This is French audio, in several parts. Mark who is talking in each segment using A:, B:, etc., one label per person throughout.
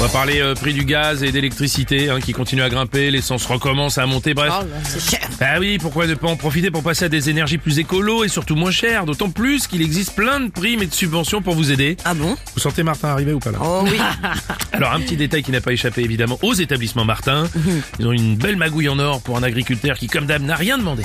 A: On va parler euh, prix du gaz et d'électricité hein, qui continue à grimper, l'essence recommence à monter,
B: Oh
A: bref. Ah oui, pourquoi ne pas en profiter pour passer à des énergies plus écolo et surtout moins chères, d'autant plus qu'il existe plein de primes et de subventions pour vous aider.
B: Ah bon
A: Vous sentez Martin arriver ou pas là
B: Oh oui.
A: Alors un petit détail qui n'a pas échappé évidemment aux établissements Martin,
B: Mhm.
A: ils ont une belle magouille en or pour un agriculteur qui comme dame n'a rien demandé.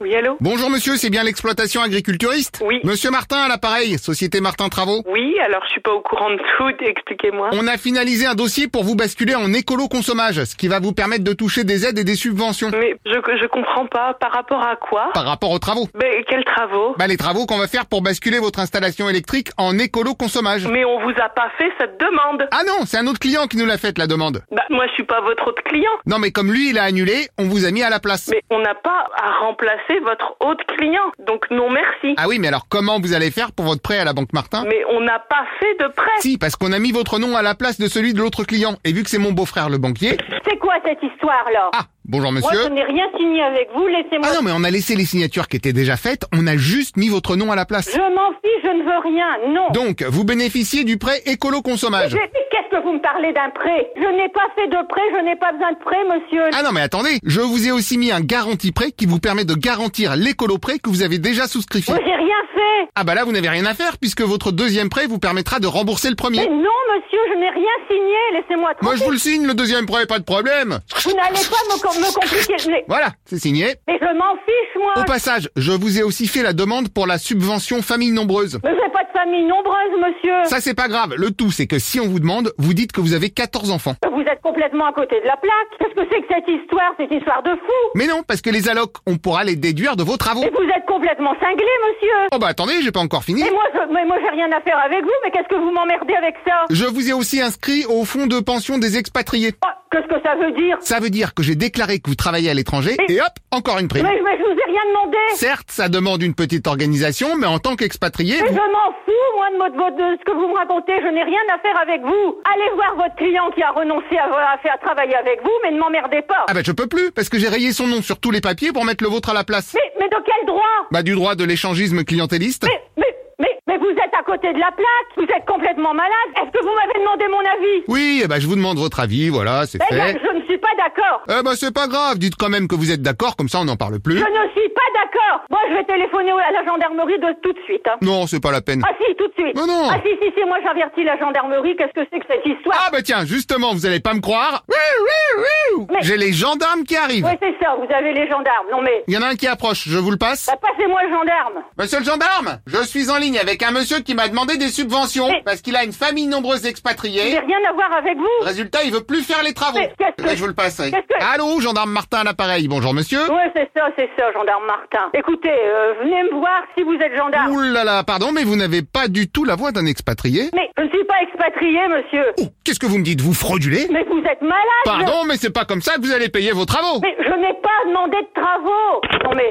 C: Oui, allô
D: Bonjour monsieur, c'est bien l'exploitation agriculturiste
C: Oui.
D: Monsieur Martin à l'appareil, Société Martin Travaux.
C: Oui, alors je suis pas au courant de tout, expliquez-moi.
D: On a finalisé un dossier pour vous basculer en écolo-consommage, ce qui va vous permettre de toucher des aides et des subventions
C: Mais je, je comprends pas, par rapport à quoi
D: par rapport aux travaux.
C: Mais quels travaux
D: Bah les travaux qu'on va faire pour basculer votre installation électrique en écolo-consommage.
C: Mais on vous a pas fait cette demande
D: Ah non, c'est un autre client qui nous l'a faite la demande.
C: Bah, moi je suis pas votre autre client
D: Non mais comme lui il a annulé, on vous a mis à la place.
C: Mais on n'a pas à remplacer votre autre client, donc non merci.
D: Ah oui mais alors comment vous allez faire pour votre prêt à la banque Martin
C: Mais on n'a pas fait de prêt
D: Si parce qu'on a mis votre nom à la place de celui de l'autre client et vu que c'est mon beau-frère le banquier.
E: C'est quoi cette histoire là
D: Ah bonjour
E: Moi je
D: monsieur.
E: n'ai rien signé avec vous, laissez-moi.
D: Ah non mais on a laissé les signatures qui étaient déjà faites, on a juste mis votre nom à la place.
E: Je m'en fiche, je ne veux rien, non.
D: Donc vous bénéficiez du prêt écolo
E: Mais
D: consommage.
E: Qu'est-ce que vous me parlez d'un prêt Je n'ai pas fait de prêt, je n'ai pas besoin de prêt, monsieur.
D: Ah non mais attendez, je vous ai aussi mis un garantie prêt qui vous permet de garantir l'écolo prêt que vous avez déjà souscrit.
E: Moi j'ai rien fait.
D: Ah bah là vous n'avez rien à faire puisque votre deuxième prêt vous permettra de rembourser le premier.
E: Mais non, monsieur, je n'ai rien signé, laissez-moi
D: Moi je
E: tranquille.
D: vous le signe, le deuxième prêt, pas de problème.
E: Vous n'allez pas me, com- me compliquer. Mais,
D: Voilà, c'est signé.
E: mais je m'en fiche, moi.
D: Au passage, je vous ai aussi fait la demande pour la subvention famille nombreuse.
E: Mais j'ai pas de famille nombreuse, monsieur.
D: Ça c'est pas grave, le tout c'est que si on vous demande, vous dites que vous avez 14 enfants.
E: Vous êtes complètement à côté de la plaque. Qu'est-ce que c'est que cette histoire Cette histoire de fou.
D: Mais non, parce que les allocs, on pourra les déduire de vos travaux.
E: Mais vous êtes complètement cinglé, monsieur.
D: Oh bah attendez, j'ai pas encore fini.
E: Mais moi, je, mais moi, j'ai rien à faire avec vous. Mais qu'est-ce que vous m'emmerdez avec ça
D: Je vous ai aussi inscrit au fonds de pension des expatriés.
E: Oh, Qu'est-ce que ça veut dire
D: Ça veut dire que j'ai déclaré que vous travaillez à l'étranger et hop, encore une prime.
E: mais, mais je vous ai rien demandé.
D: Certes, ça demande une petite organisation, mais en tant qu'expatrié,
E: Mais
D: vous-
E: je m'en fous, moi, de, mo- de- de ce que vous me racontez. Je n'ai rien à faire avec vous. Allez voir votre client qui a renoncé à, à faire travailler avec vous, mais ne m'emmerdez pas.
D: ah bah je peux plus parce que j'ai rayé son nom sur tous les papiers pour mettre le vôtre à la place.
E: Mais, mais de quel droit
D: Bah du droit de l'échangisme clientéliste.
E: mais, mais, mais, mais vous êtes à côté de la plaque. Vous êtes complètement malade. Est-ce que vous m'avez demandé mon avis
D: Oui, eh ben, je vous demande votre avis, voilà, c'est
E: Eh bien,
D: fait.
E: je ne suis pas d'accord.
D: Eh ben, c'est pas grave, dites quand même que vous êtes d'accord, comme ça on n'en parle plus.
E: Je ne suis pas d'accord. Moi, je vais téléphoner à la gendarmerie de tout de suite. hein.
D: Non, c'est pas la peine.
E: Ah si, tout de suite.
D: Mais non.
E: Ah si, si, si, moi j'avertis la gendarmerie, qu'est-ce que c'est que cette histoire
D: Ah bah tiens, justement, vous allez pas me croire. Oui, oui, oui.
E: Mais-
D: J'ai les gendarmes qui arrivent.
E: Ouais, c'est ça, vous avez les gendarmes. Non mais,
D: Il y en a un qui approche, je vous le passe.
E: bah, passez-moi le gendarme.
D: Monsieur le gendarme, je suis en ligne avec un monsieur qui m'a demandé des subventions
E: Mais-
D: parce qu'il a une famille nombreuse
E: J'ai
D: expatriée.
E: rien à voir avec vous.
D: Résultat, il veut plus faire les travaux.
E: Mais qu'est-ce que-
D: Eh, je vous le passerai.
E: qu'est-ce que-
D: Allô, gendarme Martin à l'appareil. Bonjour monsieur.
E: Ouais, c'est ça, c'est ça, gendarme Martin. Écoutez, euh, venez me voir si vous êtes gendarme.
D: Ouh là là, pardon, mais vous n'avez pas du tout la voix d'un expatrié.
E: Mais je ne suis pas expatrié, monsieur.
D: Oh, qu'est-ce que vous me dites Vous fraudulez
E: Mais vous êtes malade.
D: Pardon, mais c'est pas comme ça que vous allez payer vos travaux.
E: Mais je n'ai pas demandé de travaux. Non mais...